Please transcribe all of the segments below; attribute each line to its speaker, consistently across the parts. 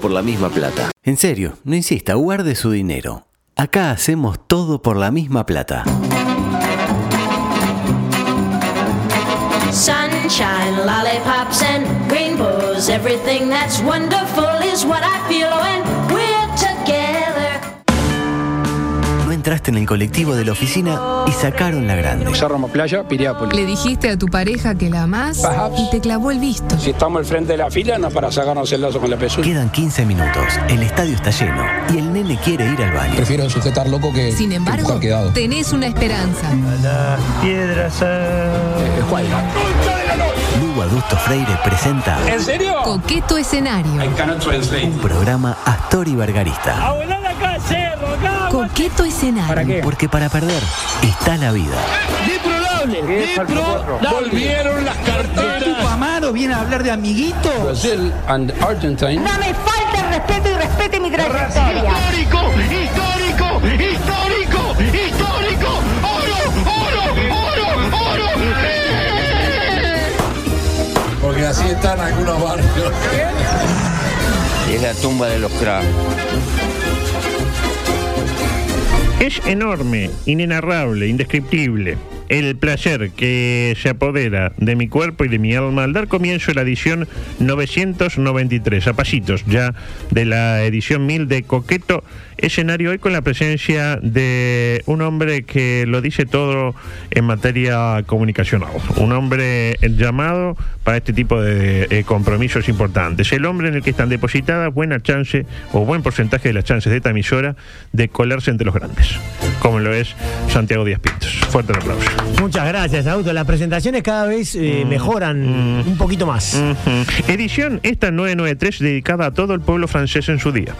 Speaker 1: por la misma plata.
Speaker 2: En serio, no insista, guarde su dinero. Acá hacemos todo por la misma plata.
Speaker 3: Sunshine, lollipops, and rainbows. Everything that's wonderful is what I feel when we're together.
Speaker 2: No entraste en el colectivo de la oficina y sacaron la grande.
Speaker 4: Cerro Playa, Piriápolis.
Speaker 5: Le dijiste a tu pareja que la amás
Speaker 4: Perhaps.
Speaker 5: y te clavó el visto.
Speaker 4: Si estamos al frente de la fila, no es para sacarnos el lazo con la pezuña.
Speaker 2: Quedan 15 minutos, el estadio está lleno y el nene quiere ir al baño.
Speaker 6: Prefiero sujetar loco que.
Speaker 5: Sin
Speaker 6: que
Speaker 5: embargo,
Speaker 6: empujar quedado.
Speaker 5: tenés una esperanza.
Speaker 2: Lugo Adusto Freire presenta
Speaker 4: ¿En serio?
Speaker 5: Coqueto escenario.
Speaker 4: cannot translate.
Speaker 2: un programa Astor y Bargarista.
Speaker 5: Coqueto escenario.
Speaker 2: Porque para perder está la vida.
Speaker 4: Volvieron las carteras.
Speaker 7: Amaro viene a hablar de amiguito.
Speaker 4: Brasil and Argentina.
Speaker 8: No me falte el respeto y respete mi trayectoria.
Speaker 9: Histórico, histórico, histórico, histórico. Oro, oro, oro, oro.
Speaker 6: Porque así están algunos barrios.
Speaker 1: Es la tumba de los cracks.
Speaker 10: Es enorme, inenarrable, indescriptible. El placer que se apodera de mi cuerpo y de mi alma al dar comienzo a la edición 993, a pasitos ya de la edición 1000 de Coqueto Escenario, hoy con la presencia de un hombre que lo dice todo en materia comunicacional, un hombre llamado para este tipo de eh, compromisos importantes, el hombre en el que están depositadas buena chance o buen porcentaje de las chances de esta emisora de colarse entre los grandes, como lo es Santiago Díaz Pintos. Fuerte el aplauso.
Speaker 7: Muchas gracias, Auto. Las presentaciones cada vez
Speaker 10: Mm.
Speaker 7: eh, mejoran un poquito más.
Speaker 10: Ujú. Edición esta 993 dedicada a todo el pueblo francés en su día.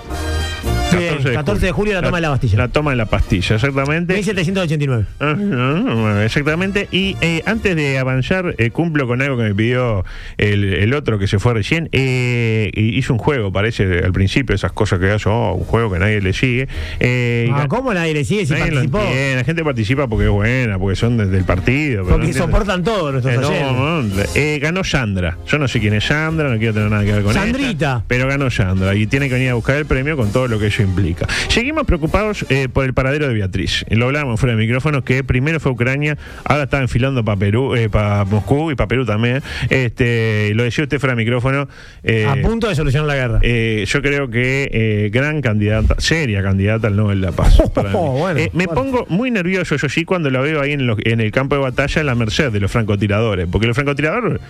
Speaker 7: Bien, 14 de julio, la toma de la Bastilla.
Speaker 10: La toma de la pastilla, exactamente.
Speaker 7: 1789.
Speaker 10: Ajá, Exactamente, y eh, antes de avanzar, eh, cumplo con algo que me pidió el, el otro que se fue recién. Eh, y hizo un juego, parece, al principio, esas cosas que hace, oh, un juego que nadie le sigue. Eh, y
Speaker 7: Ah,
Speaker 10: gan-
Speaker 7: ¿Cómo nadie le sigue si
Speaker 10: nadie lo
Speaker 7: participó?
Speaker 10: entiende, la gente participa porque es buena, porque son de- del partido. pero no
Speaker 7: Porque
Speaker 10: entiende.
Speaker 7: soportan todo nuestros
Speaker 10: Eh, no,
Speaker 7: oyentes.
Speaker 10: no, eh, ganó Sandra. Yo no sé quién es Sandra, no quiero tener nada que ver con ella,
Speaker 7: Sandrita.
Speaker 10: pero ganó Sandra y tiene que venir a buscar el premio con todo lo que ello implica. Seguimos preocupados eh, por el paradero de Beatriz. Lo hablábamos fuera de micrófono que primero fue Ucrania, ahora está enfilando para Perú, para Moscú y para Perú también. Este, lo decía usted fuera de micrófono. eh,
Speaker 7: a punto de solucionar la guerra.
Speaker 10: eh, yo creo que eh, gran candidata, seria candidata al Nobel de la Paz. para mí.
Speaker 7: Oh, bueno,
Speaker 10: Eh, me
Speaker 7: bueno.
Speaker 10: pongo muy nervioso, yo sí, cuando la veo ahí en, los- en el campo de batalla en la merced de los francotiradores, porque los francotiradores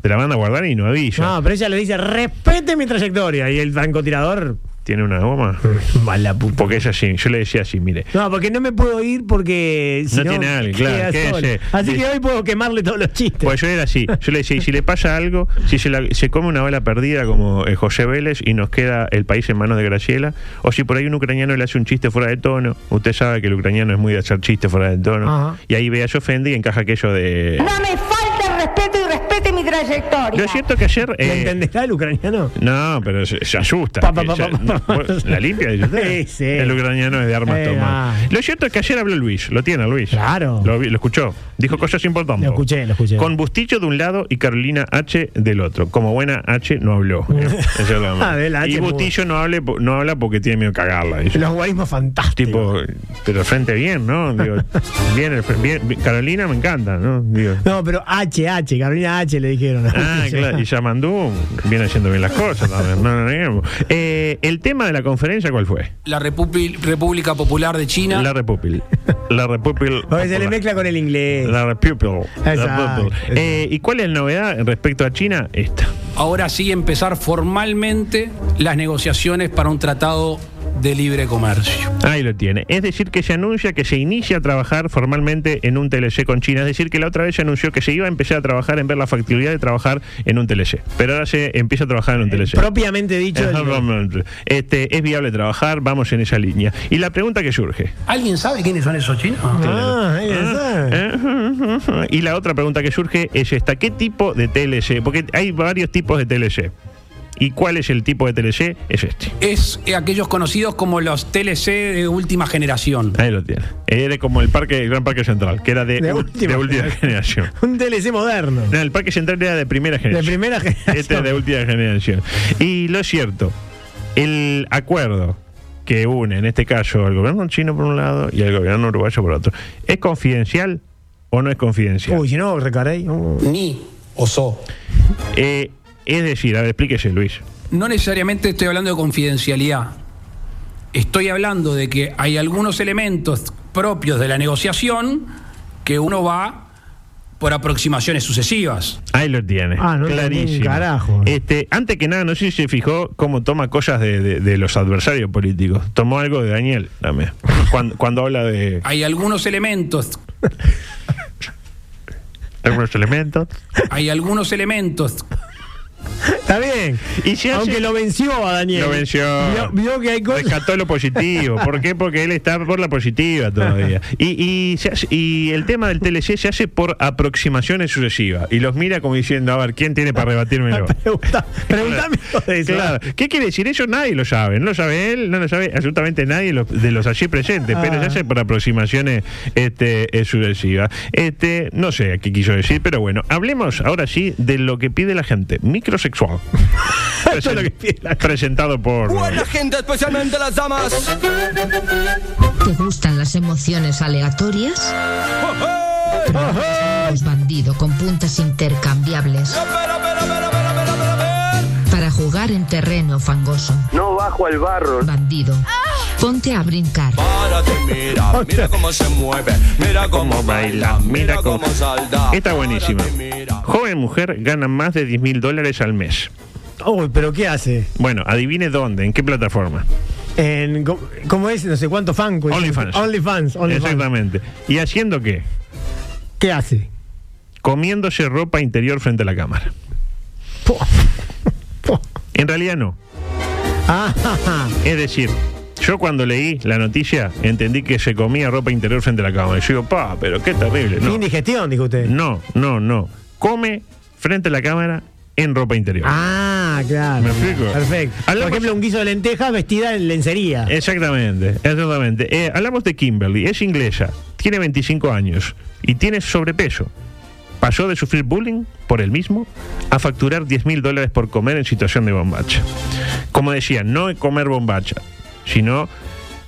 Speaker 10: te la van a guardar y no avisa.
Speaker 7: no, pero ella le dice, respete mi trayectoria. Y el francotirador,
Speaker 10: Tiene una goma.
Speaker 7: mala puta.
Speaker 10: Porque es así, yo le decía así, mire.
Speaker 7: No, porque no me puedo ir porque si
Speaker 10: No tiene alguien, claro,
Speaker 7: queda
Speaker 10: quédese.
Speaker 7: sola. Así
Speaker 10: Dice-
Speaker 7: que hoy puedo quemarle todos los chistes.
Speaker 10: Pues yo era así, yo le decía, y si le pasa algo, si se, la- se come una bala perdida como eh, José Vélez y nos queda el país en manos de Graciela, o si por ahí un ucraniano le hace un chiste fuera de tono, usted sabe que el ucraniano es muy de hacer chistes fuera de tono,
Speaker 7: Ajá.
Speaker 10: y ahí vea, se ofende y encaja aquello de...
Speaker 8: No me falte el respeto y respete mi trayectoria.
Speaker 10: Lo cierto que ayer...
Speaker 7: ¿La
Speaker 10: eh,
Speaker 7: entenderá el ucraniano?
Speaker 10: No, pero se, se asusta.
Speaker 7: Pa, pa, pa,
Speaker 10: Se-
Speaker 7: pa, pa, pa.
Speaker 10: bueno, La limpia, dice usted.
Speaker 7: Sí, sí.
Speaker 10: El ucraniano es de armas
Speaker 7: Eh,
Speaker 10: tomadas.
Speaker 7: ah.
Speaker 10: Lo cierto es que ayer habló Luis, lo tiene Luis.
Speaker 7: Claro.
Speaker 10: Lo, vi- lo escuchó. Dijo cosas importantes.
Speaker 7: Lo escuché, lo escuché.
Speaker 10: Con Bustillo de un lado y Carolina H del otro. Como buena H no habló. eh. Eso es lo que
Speaker 7: Ah, de la H
Speaker 10: y
Speaker 7: es muy
Speaker 10: Bustillo no, hable, po- no habla porque tiene miedo a cagarla. dice.
Speaker 7: Los guarismos fantásticos.
Speaker 10: Tipo, pero frente bien, ¿no? Digo, bien, el fre- bien- bien- Carolina me encanta, ¿no? Digo.
Speaker 7: No, pero H, H, Carolina H le dijeron.
Speaker 10: Ah, claro. Y Yamandú viene haciendo bien las cosas también. No, lo neguemos. Eh, el tema de la conferencia, ¿cuál fue?
Speaker 6: La Repupi- República Popular de China.
Speaker 10: La Repúpil. La Repúpil.
Speaker 7: Porque se le mezcla con el inglés.
Speaker 10: La Repúpil. La
Speaker 7: Exacto.
Speaker 10: Repúpil. Eh, ¿Y cuál es la novedad respecto a China? Esta.
Speaker 6: Ahora sí empezar formalmente las negociaciones para un tratado de libre comercio.
Speaker 10: Ahí lo tiene. Es decir, que se anuncia que se inicia a trabajar formalmente en un TLC con China. Es decir, que la otra vez se anunció que se iba a empezar a trabajar en ver la factibilidad de trabajar en un TLC. Pero ahora se empieza a trabajar en un TLC.
Speaker 7: Eh, Propiamente dicho. el-
Speaker 10: Exactamente. Este, es viable trabajar, vamos en esa línea. Y la pregunta que surge.
Speaker 6: ¿Alguien sabe quiénes son esos chinos?
Speaker 7: Ah, ahí está.
Speaker 10: ¿eh? Y la otra pregunta que surge es esta, ¿qué tipo de TLC? Porque hay varios tipos de TLC. ¿Y cuál es el tipo de TLC? Es este.
Speaker 6: Es eh, aquellos conocidos como los TLC de última generación.
Speaker 10: Ahí lo tiene. Eh, Era como el parque, el Gran Parque Central, que era de,
Speaker 7: De
Speaker 10: ul-
Speaker 7: última
Speaker 10: de última generación.
Speaker 7: Un TLC moderno.
Speaker 10: No, el Parque Central era de primera
Speaker 7: De
Speaker 10: generación.
Speaker 7: primera
Speaker 10: Este es de
Speaker 7: generación.
Speaker 10: última generación. Y lo cierto, El acuerdo que une, en este caso, al gobierno chino por un lado y al gobierno uruguayo por otro, ¿es confidencial o no es confidencial?
Speaker 7: Uy, si no, recaré. uh.
Speaker 6: Ni oso.
Speaker 10: Eh, es decir, a ver, explíquese, Luis.
Speaker 6: No necesariamente estoy hablando de confidencialidad. Estoy hablando de que hay algunos elementos propios de la negociación que uno va por aproximaciones sucesivas.
Speaker 10: Ahí lo tiene.
Speaker 7: Ah, no entendí un
Speaker 10: clarísimo.
Speaker 7: carajo.
Speaker 10: Este, antes que nada, no sé si se fijó cómo toma cosas de, de- de los adversarios políticos. Tomó algo de Daniel también. Cuando, cuando habla de
Speaker 6: Hay algunos elementos,
Speaker 10: algunos elementos.
Speaker 6: hay algunos elementos
Speaker 7: Está bien.
Speaker 10: Y si hace-
Speaker 7: Aunque lo venció a Daniel.
Speaker 10: Lo venció.
Speaker 7: Vio, vio que hay cosas.
Speaker 10: Rescató lo positivo. ¿Por qué? Porque él está por la positiva todavía. Y, y, se hace- y el tema del TLC se hace por aproximaciones sucesivas. Y los mira como diciendo, a ver, ¿quién tiene para rebatírmelo?
Speaker 7: Pregunta- Preguntame lo de eso.
Speaker 10: Claro. ¿Qué quiere decir eso? Nadie lo sabe. No lo sabe él, no lo sabe absolutamente nadie lo- de los allí presentes. Pero
Speaker 7: Ah.
Speaker 10: se hace por aproximaciones este, eh, sucesivas. Este, no sé qué quiso decir, pero bueno. Hablemos ahora sí de lo que pide la gente. Microsexual.
Speaker 7: Esto es lo que pide la gente.
Speaker 10: Presentado por.
Speaker 1: gente, especialmente las damas.
Speaker 5: ¿Te gustan las emociones aleatorias? bandido con puntas intercambiables para jugar en terreno fangoso. No bajo al barro. Bandido, ponte a brincar.
Speaker 1: mira cómo se mueve, mira
Speaker 10: cómo baila, mira cómo
Speaker 1: salda.
Speaker 10: Está buenísima. Joven mujer gana más de 10 mil dólares al mes.
Speaker 7: Uy, pero ¿qué hace?
Speaker 10: Bueno, adivine dónde, en qué plataforma.
Speaker 7: En, co- ¿Cómo es? No sé cuánto fan. cuál-
Speaker 10: OnlyFans.
Speaker 7: OnlyFans. OnlyFans.
Speaker 10: Exactamente. ¿Y haciendo qué?
Speaker 7: ¿Qué hace?
Speaker 10: Comiéndose ropa interior frente a la cámara.
Speaker 7: Po. Po.
Speaker 10: En realidad no.
Speaker 7: Ah, ja, ja.
Speaker 10: Es decir, yo cuando leí la noticia entendí que se comía ropa interior frente a la cámara. Y yo digo, pa, pero qué terrible. No,
Speaker 7: Indigestión, dijo usted.
Speaker 10: no, no. no. Come frente a la cámara en ropa interior.
Speaker 7: Ah, claro.
Speaker 10: ¿Me explico?
Speaker 7: Perfecto.
Speaker 10: Hablamos- Eh.
Speaker 7: Por ejemplo, un guiso de lentejas vestida en lencería.
Speaker 10: Exactamente, exactamente. Eh, hablamos de Kimberly, es inglesa, tiene 25 años y tiene sobrepeso. Pasó de sufrir bullying por él mismo a facturar 10 mil dólares por comer en situación de bombacha. Como decía, no comer bombacha, sino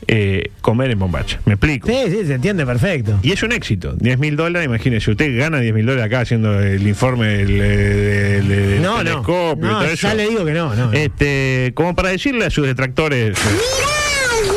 Speaker 10: eh, comer en bombacha. ¿Me explico?
Speaker 7: Sí, sí, se entiende perfecto.
Speaker 10: Y es un éxito, 10 mil dólares, imagínese, usted gana 10 mil dólares acá haciendo el informe del, eh, del- del
Speaker 7: No, no.
Speaker 10: telescopio y
Speaker 7: No,
Speaker 10: todo eso.
Speaker 7: ya le digo que no, no. no.
Speaker 10: Este, como para decirle a sus detractores... eh,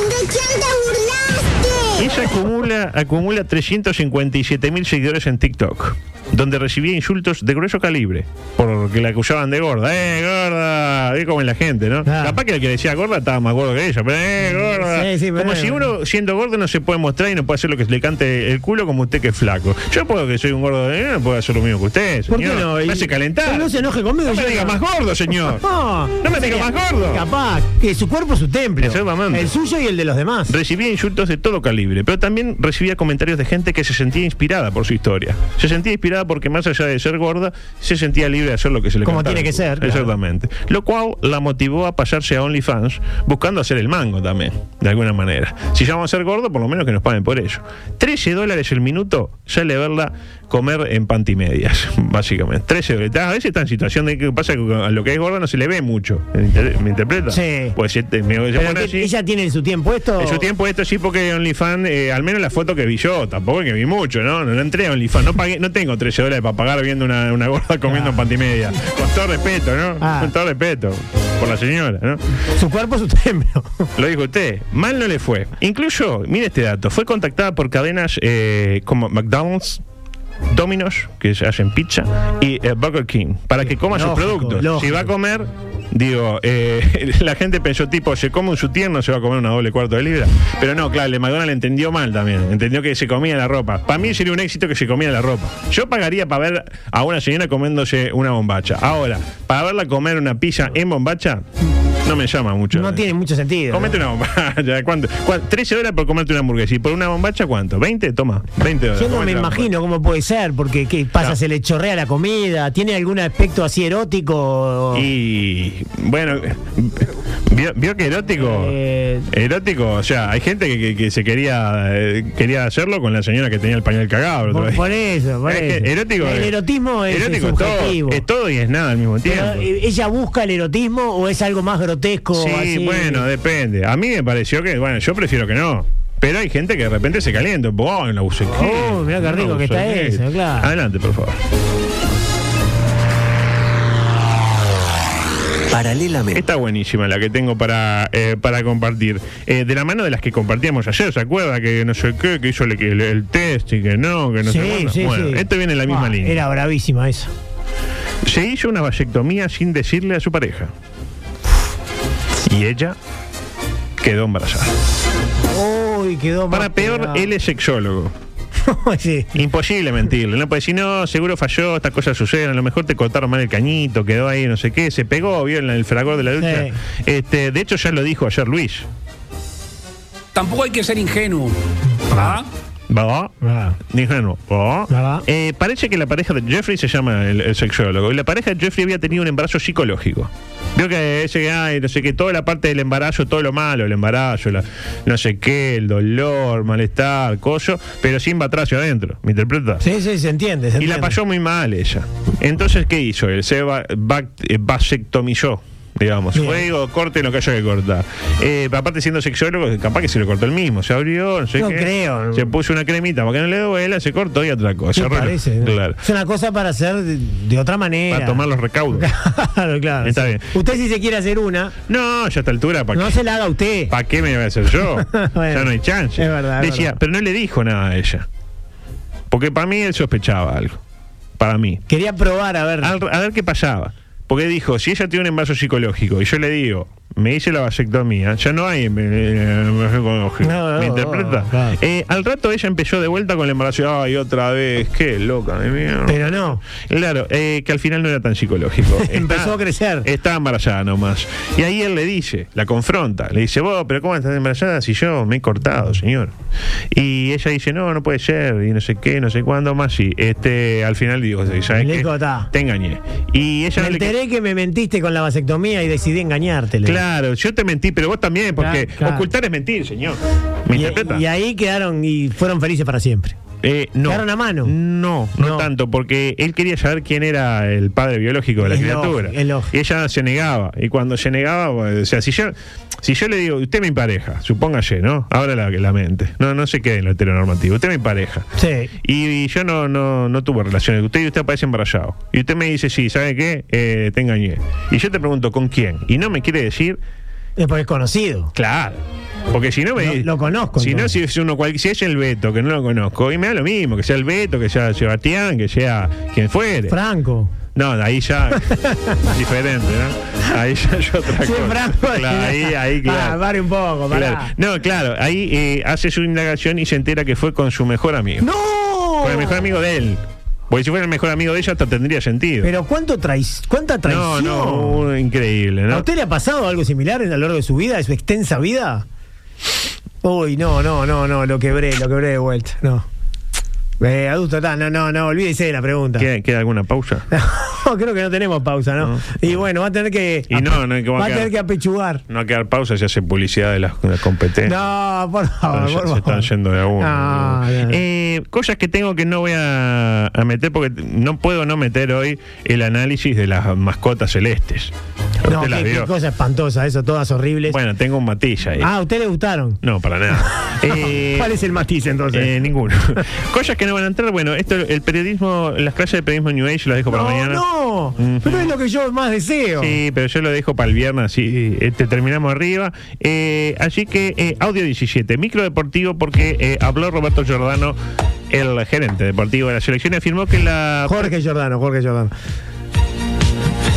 Speaker 9: ¿De quién te burlaste?
Speaker 10: Ella acumula, acumula 357 mil seguidores en TikTok, donde recibía insultos de grueso calibre, porque la acusaban de gorda. ¡Eh, gorda! Es como en la gente, ¿no?
Speaker 7: Claro.
Speaker 10: Capaz que el que le decía gorda estaba más gordo que ella, pero ¡eh, gorda!
Speaker 7: Sí, sí, pero
Speaker 10: como
Speaker 7: no.
Speaker 10: si uno siendo gordo no se puede mostrar y no puede hacer lo que le cante el culo como usted que es flaco. Yo puedo que soy un gordo, eh, no puedo hacer lo mismo que usted,
Speaker 7: ¿Por qué
Speaker 10: señor.
Speaker 7: no? Y-
Speaker 10: Me hace calentar.
Speaker 7: Pero no se enoje conmigo,
Speaker 10: No me
Speaker 7: yo
Speaker 10: diga
Speaker 7: no.
Speaker 10: más gordo, señor.
Speaker 7: No,
Speaker 10: No me diga más gordo.
Speaker 7: Capaz, que su cuerpo es su templo.
Speaker 10: Exactamente.
Speaker 7: El suyo y el de los demás.
Speaker 10: Recibía insultos de todo calibre, pero también recibía comentarios de gente que se sentía inspirada por su historia. Se sentía inspirada porque más allá de ser gorda, se sentía libre de hacer lo que se le
Speaker 7: Como
Speaker 10: cantara.
Speaker 7: tiene que ser, claro.
Speaker 10: Exactamente. Lo cual la motivó a pasarse a OnlyFans buscando hacer el mango también, de alguna manera. Si ya vamos a ser gordos, por lo menos que nos paguen por eso. 13 dólares el minuto sale a verla comer en pantimedias, básicamente. 13 dólares. A veces está en situación de que pasa que a lo que es gorda no se le ve mucho. ¿Me inter- me interpreta?
Speaker 7: Sí.
Speaker 10: Pues este, me voy a
Speaker 7: Pero
Speaker 10: poner así.
Speaker 7: que ella tiene en su tiempo esto.
Speaker 10: En su tiempo esto sí porque OnlyFans, eh, al menos la foto que vi yo, tampoco es que vi mucho, ¿no? No, no entré a OnlyFans, no, pagué, no tengo 13 dólares para pagar viendo una, una gorda comiendo en pantimedia. Con todo respeto, ¿no?
Speaker 7: Ah.
Speaker 10: Con todo respeto. Por la señora, ¿no?
Speaker 7: Su cuerpo es su templo.
Speaker 10: Lo dijo usted, mal no le fue. Incluso, mire este dato, fue contactada por cadenas eh, como McDonald's. Domino's, que se hacen pizza, y eh, Burger King, para que coma sus
Speaker 7: Lógico,
Speaker 10: productos. Si
Speaker 7: lógico.
Speaker 10: va a comer, digo, eh, la gente pensó tipo, se come un sutién, no se va a comer una doble cuarto de libra. Pero no, claro, el de McDonald's entendió mal también, entendió que se comía la ropa. Para mí sería un éxito que se comía la ropa. Yo pagaría para ver a una señora comiéndose una bombacha. Ahora, para verla comer una pizza en bombacha, no me llama mucho.
Speaker 7: No tiene mucho sentido.
Speaker 10: Comete una bombacha. ¿Cuánto? ¿Cuál- 13 dólares por comerte una hamburguesa. ¿Y por una bombacha cuánto? ¿20? Toma, 20 dólares.
Speaker 7: Yo no me
Speaker 10: Comete una
Speaker 7: imagino cómo puede ser, porque ¿qué pasa?
Speaker 10: No.
Speaker 7: ¿Se le chorrea la comida? ¿Tiene algún aspecto así erótico?
Speaker 10: Y bueno, vio, vio que erótico.
Speaker 7: Eh,
Speaker 10: Erótico, o sea, hay gente que, que- que se quería eh, quería hacerlo con la señora que tenía el pañal cagado. el otro
Speaker 7: por,
Speaker 10: día.
Speaker 7: por eso, por
Speaker 10: Es que
Speaker 7: eso.
Speaker 10: erótico
Speaker 7: El
Speaker 10: es-
Speaker 7: erotismo es,
Speaker 10: erótico
Speaker 7: es
Speaker 10: todo,
Speaker 7: subjetivo.
Speaker 10: es todo y es nada al mismo
Speaker 7: Pero,
Speaker 10: tiempo.
Speaker 7: eh, ¿Ella busca el erotismo o es algo más grotesco.
Speaker 10: Sí,
Speaker 7: así.
Speaker 10: bueno, depende. A mí me pareció que, bueno, yo prefiero que no. Pero hay gente que de repente se calienta. ¡Oh, no usé qué!
Speaker 7: Oh, mirá qué
Speaker 10: No
Speaker 7: rico
Speaker 10: usé
Speaker 7: que está
Speaker 10: qué".
Speaker 7: eso, claro.
Speaker 10: Adelante, por favor.
Speaker 2: Paralelamente.
Speaker 10: Está buenísima la que tengo para, eh, para compartir. Eh, de la mano de las que compartíamos ayer, ¿se acuerda? Que no sé qué, que hizo el, el- el test y que no, que no
Speaker 7: Sí,
Speaker 10: sé cuándo.
Speaker 7: sí,
Speaker 10: Bueno,
Speaker 7: sí.
Speaker 10: esto viene en la misma
Speaker 7: Ah,
Speaker 10: línea.
Speaker 7: Era bravísima esa.
Speaker 10: Se hizo una vasectomía sin decirle a su pareja. Y ella quedó embarazada.
Speaker 7: Uy, quedó más
Speaker 10: Para peor,
Speaker 7: pegado.
Speaker 10: él es sexólogo.
Speaker 7: sí.
Speaker 10: Imposible mentirle, ¿no? Pues si no, seguro falló, estas cosas suceden, a lo mejor te cortaron mal el cañito, quedó ahí, no sé qué, se pegó, vio en el fragor de la ducha.
Speaker 7: Sí.
Speaker 10: Este, de hecho, ya lo dijo ayer Luis.
Speaker 6: Tampoco hay que ser ingenuo. ¿verdad?
Speaker 10: ¿Va?
Speaker 7: Ah.
Speaker 10: Dijo de nuevo, ¿va?
Speaker 7: ¿Va?
Speaker 10: Eh, parece que la pareja de Jeffrey se llama el, el sexólogo. Y la pareja de Jeffrey había tenido un embarazo psicológico. Vio que ese, ay, no sé qué, toda la parte del embarazo, todo lo malo, el embarazo, la, no sé qué, el dolor, malestar, coso, pero sin batracio adentro. ¿Me interpreta?
Speaker 7: Sí, sí, se entiende. se
Speaker 10: Y la
Speaker 7: entiende.
Speaker 10: pasó muy mal ella. Entonces, ¿qué hizo? Él se va- va- eh, vasectomizó. Digamos,
Speaker 7: Bien.
Speaker 10: fue, digo, corte lo que haya que cortar. Eh, aparte, siendo sexólogo, capaz que se lo cortó el mismo. Se abrió, no sé
Speaker 7: No
Speaker 10: qué.
Speaker 7: creo.
Speaker 10: Se puso una cremita para que no le duela, se cortó y atracó. Se
Speaker 7: Me
Speaker 10: arregló.
Speaker 7: parece, ¿no?
Speaker 10: Claro.
Speaker 7: Es una cosa para hacer de, de otra manera.
Speaker 10: Para tomar los recaudos.
Speaker 7: Claro, claro.
Speaker 10: Está bien.
Speaker 7: Usted si se quiere hacer una,
Speaker 10: No, ya a esta altura, ¿para
Speaker 7: no
Speaker 10: qué?
Speaker 7: se la haga usted.
Speaker 10: ¿Para qué me voy a hacer yo?
Speaker 7: Bueno,
Speaker 10: ya no hay chance.
Speaker 7: es verdad, es
Speaker 10: Decía,
Speaker 7: verdad.
Speaker 10: pero no le dijo nada a ella. Porque para mí él sospechaba algo. Para mí.
Speaker 7: Quería probar, a ver.
Speaker 10: Al- a ver qué pasaba. Porque dijo, si ella tiene un embarazo psicológico y yo le digo, me hice la vasectomía, ya no hay eh, embarazo psicológico.
Speaker 7: No, no,
Speaker 10: ¿Me interpreta?
Speaker 7: no, claro.
Speaker 10: Eh, al rato ella empezó de vuelta con el embarazo. Ay, otra vez, qué loca de mierda.
Speaker 7: Pero no.
Speaker 10: Claro, eh, que al final no era tan psicológico.
Speaker 7: Empezó a crecer.
Speaker 10: Estaba embarazada nomás. Y ahí él le dice, la confronta, le dice, vos, pero ¿cómo estás embarazada si yo me he cortado, señor? Y ella dice, no, no puede ser, y no sé qué, no sé cuándo más. Y este, al final digo, ¿sabes
Speaker 7: Le
Speaker 10: qué?
Speaker 7: dijo, "Ta".
Speaker 10: Te engañé. Y ella
Speaker 7: Me
Speaker 10: no le
Speaker 7: enteré que me mentiste con la vasectomía y decidí engañarte. le digo.
Speaker 10: Claro, yo te mentí, pero vos también, porque
Speaker 7: Claro, claro.
Speaker 10: ocultar es mentir, señor. ¿Me interpreta?
Speaker 7: Y, y ahí quedaron y fueron felices para siempre.
Speaker 10: Eh, no.
Speaker 7: ¿Quedaron a mano?
Speaker 10: No, no,
Speaker 7: No.
Speaker 10: tanto, porque él quería saber quién era el padre biológico de la
Speaker 7: Es
Speaker 10: criatura.
Speaker 7: lógico, es lógico.
Speaker 10: Y ella se negaba. Y cuando se negaba, bueno, o sea, si yo, si yo le digo, usted es mi pareja, supóngase, ¿no? Ahora la, la mente. No, no se quede en lo heteronormativo. Usted es mi pareja.
Speaker 7: Sí.
Speaker 10: Y, y yo no, no, no tuve relaciones. Usted y usted aparece embarazado. Y usted me dice, sí, ¿sabe qué? Eh, te engañé. Y yo te pregunto, ¿con quién? Y no me quiere decir,
Speaker 7: Es porque es conocido.
Speaker 10: Claro. Porque si no me
Speaker 7: Lo-
Speaker 10: dice-
Speaker 7: lo conozco,
Speaker 10: Si no,
Speaker 7: entonces.
Speaker 10: si es uno cual, si es el Beto, que no lo conozco, y me da lo mismo, que sea el Beto, que sea Sebastián, que sea quien fuere.
Speaker 7: Franco.
Speaker 10: no, ahí ya diferente, ¿no? Ahí ya yo otra
Speaker 7: Sí,
Speaker 10: cosa.
Speaker 7: Franco.
Speaker 10: Claro, ahí, ahí, claro.
Speaker 7: Ah, pare un poco, pará.
Speaker 10: Claro. No, claro, ahí eh, hace su indagación y se entera que fue con su mejor amigo.
Speaker 7: ¡No!
Speaker 10: Con el mejor amigo de él. Porque si fuera el mejor amigo de ella, hasta tendría sentido.
Speaker 7: Pero cuánto trai- cuánta
Speaker 10: no,
Speaker 7: traición.
Speaker 10: no, un- increíble,
Speaker 7: ¿A
Speaker 10: ¿no?
Speaker 7: usted le ha pasado algo similar a lo largo de su vida, de su extensa vida? Uy, no, no, no, no, lo quebré, lo quebré de vuelta. No. Eh, adulto, está, no, no, no, olvídese de la pregunta.
Speaker 10: ¿Queda, queda alguna pausa?
Speaker 7: No, creo que no tenemos pausa, ¿no?
Speaker 10: No.
Speaker 7: Y bueno, va a tener que.
Speaker 10: Y no, no, que va a
Speaker 7: va a
Speaker 10: quedar-
Speaker 7: tener que apechugar.
Speaker 10: No va a quedar pausa, se hace publicidad de las, de las competencias.
Speaker 7: No, por favor,
Speaker 10: Están-
Speaker 7: por
Speaker 10: se
Speaker 7: favor. Ah,
Speaker 10: están yendo de a uno.
Speaker 7: No, no, no.
Speaker 10: Eh, cosas que tengo que no voy a, a meter porque no puedo no meter hoy el análisis de las mascotas celestes.
Speaker 7: No,
Speaker 10: Usted las
Speaker 7: qué, qué
Speaker 10: vio.
Speaker 7: cosa espantosa, eso, todas horribles.
Speaker 10: Bueno, tengo un matiz ahí.
Speaker 7: Ah, ¿a usted le gustaron?
Speaker 10: No, para nada. Eh,
Speaker 7: ¿Cuál es el matiz entonces?
Speaker 10: eh, ninguno. Cosas que no van a entrar. Bueno, esto, el periodismo, las clases de periodismo New Age las dejo para
Speaker 7: no,
Speaker 10: mañana.
Speaker 7: no,
Speaker 10: Ujú.
Speaker 7: pero es lo que yo más deseo.
Speaker 10: Sí, pero yo lo dejo para el viernes, así este, terminamos arriba. Eh, así que eh, audio 17, micro deportivo, porque eh, habló Roberto Giordano, el gerente deportivo de la selección, y afirmó que la...
Speaker 7: Jorge Giordano, Jorge Giordano.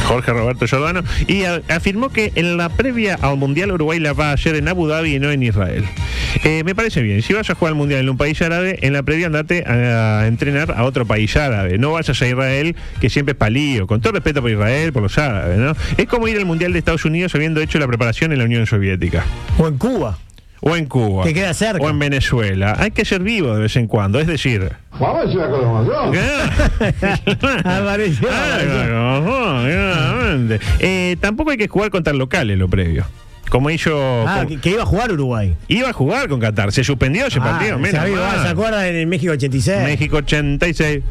Speaker 10: Jorge Roberto Giordano, y a- afirmó que en la previa al Mundial Uruguay la va a hacer en Abu Dhabi y no en Israel. Eh, me parece bien, si vas a jugar al Mundial en un país árabe, en la previa andate a, a entrenar a otro país árabe, no vayas a Israel, que siempre es palío, con todo respeto por Israel, por los árabes, ¿no? Es como ir al Mundial de Estados Unidos habiendo hecho la preparación en la Unión Soviética.
Speaker 7: O en Cuba.
Speaker 10: O en Cuba.
Speaker 7: Te queda cerca.
Speaker 10: O en Venezuela. Hay que ser vivo de vez en cuando. Es decir. Ah.
Speaker 7: Apareció,
Speaker 10: Ah,
Speaker 7: apareció.
Speaker 10: no, no, claramente. Eh, tampoco hay que jugar contra locales lo previo. Como hizo.
Speaker 7: Ah,
Speaker 10: como-
Speaker 7: que, que iba a jugar Uruguay.
Speaker 10: Iba a jugar con Qatar. Se suspendió ese
Speaker 7: Ah,
Speaker 10: partido. menos
Speaker 7: se, había-
Speaker 10: mal.
Speaker 7: ¿se acuerdan en el México 86?
Speaker 10: México 86.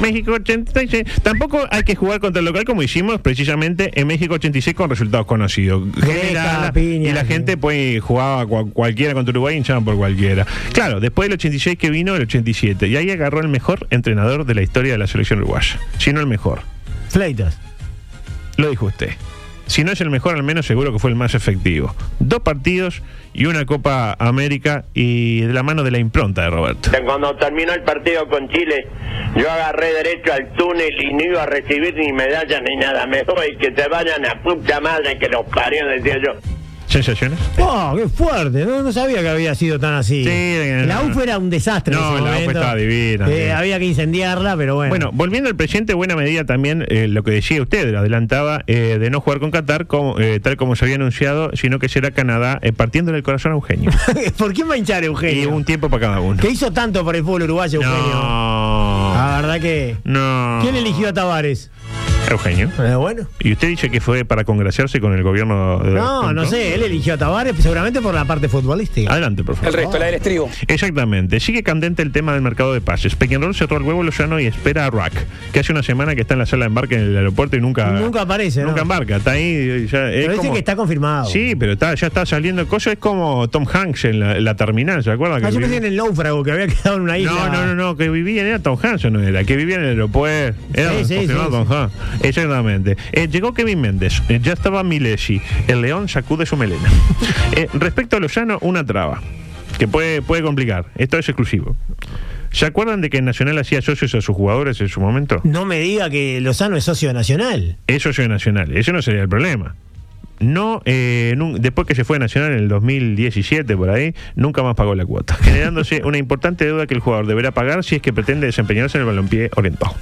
Speaker 10: México 86. Tampoco hay que jugar contra el local como hicimos precisamente en México 86 con resultados conocidos. General,
Speaker 7: piña,
Speaker 10: y la
Speaker 7: sí.
Speaker 10: gente pues jugaba cua- cualquiera contra Uruguay y hinchaban por cualquiera. Claro, después del 86 que vino el 87 y ahí agarró el mejor entrenador de la historia de la selección uruguaya, si no el mejor.
Speaker 7: Fleitas.
Speaker 10: Lo dijo usted. Si no es el mejor, al menos seguro que fue el más efectivo. Dos partidos y una Copa América y de la mano de la impronta de Roberto.
Speaker 11: Cuando terminó el partido con Chile, yo agarré derecho al túnel y no iba a recibir ni medallas ni nada. Me voy, que te vayan a puta madre que los parió, decía yo.
Speaker 10: ¿Sensaciones?
Speaker 7: ¡Oh, qué fuerte! No, no sabía que había sido tan así.
Speaker 10: Sí,
Speaker 7: la
Speaker 10: no.
Speaker 7: UF era un desastre. en
Speaker 10: No,
Speaker 7: ese
Speaker 10: la UF
Speaker 7: momento.
Speaker 10: estaba divina,
Speaker 7: Eh,
Speaker 10: divina.
Speaker 7: había que incendiarla, pero bueno.
Speaker 10: Bueno, volviendo al presente, buena medida también eh, lo que decía usted, lo adelantaba, eh, de no jugar con Qatar como, eh, tal como se había anunciado, sino que será Canadá, eh, partiéndole el corazón a Eugenio.
Speaker 7: ¿Por qué manchar
Speaker 10: y
Speaker 7: Eugenio?
Speaker 10: un tiempo para cada uno.
Speaker 7: Que hizo tanto por el fútbol uruguayo, Eugenio.
Speaker 10: No,
Speaker 7: La verdad que.
Speaker 10: no.
Speaker 7: ¿Quién eligió a Tavares?
Speaker 10: Eugenio.
Speaker 7: Eh, bueno.
Speaker 10: ¿Y usted dice que fue para congraciarse con el gobierno de
Speaker 7: No, no
Speaker 10: Trump?
Speaker 7: sé, él eligió a Tavares seguramente por la parte futbolística.
Speaker 10: Adelante, por favor.
Speaker 6: El resto, la del estribo.
Speaker 10: Exactamente. Sigue candente el tema del mercado de pases. Peñarol cerró el huevo Lozano y espera a Rack, que hace una semana que está en la sala de embarque en el aeropuerto y nunca,
Speaker 7: Nunca aparece, ¿no?
Speaker 10: nunca embarca. Está ahí. eh, Ya, es
Speaker 7: Pero dice
Speaker 10: como-
Speaker 7: que está confirmado.
Speaker 10: Sí, pero está, ya está saliendo cosas. Es como Tom Hanks en la, la terminal, ¿se acuerdan?
Speaker 7: Ah,
Speaker 10: Que
Speaker 7: yo
Speaker 10: vi-
Speaker 7: pensé en el náufrago que había quedado en una isla.
Speaker 10: no, no, no, no, que vivía era Tom Hanks, ¿o no era, que vivía en el aeropuerto. Era
Speaker 7: Sí, sí,
Speaker 10: confirmado
Speaker 7: sí,
Speaker 10: Tom
Speaker 7: sí.
Speaker 10: Hanks. Exactamente. Eh, llegó Kevin Méndez, eh, ya estaba Milesi. El león sacude su melena. Eh, respecto a Lozano, una traba que puede, puede complicar. Esto es exclusivo. ¿Se acuerdan de que Nacional hacía socios a sus jugadores en su momento?
Speaker 7: No me diga que Lozano es socio de nacional.
Speaker 10: Es socio de Nacional, eso no sería el problema. No, eh, nun- después que se fue a Nacional en el 2017 por ahí, nunca más pagó la cuota, generándose una importante deuda que el jugador deberá pagar si es que pretende desempeñarse en el balompié orientado.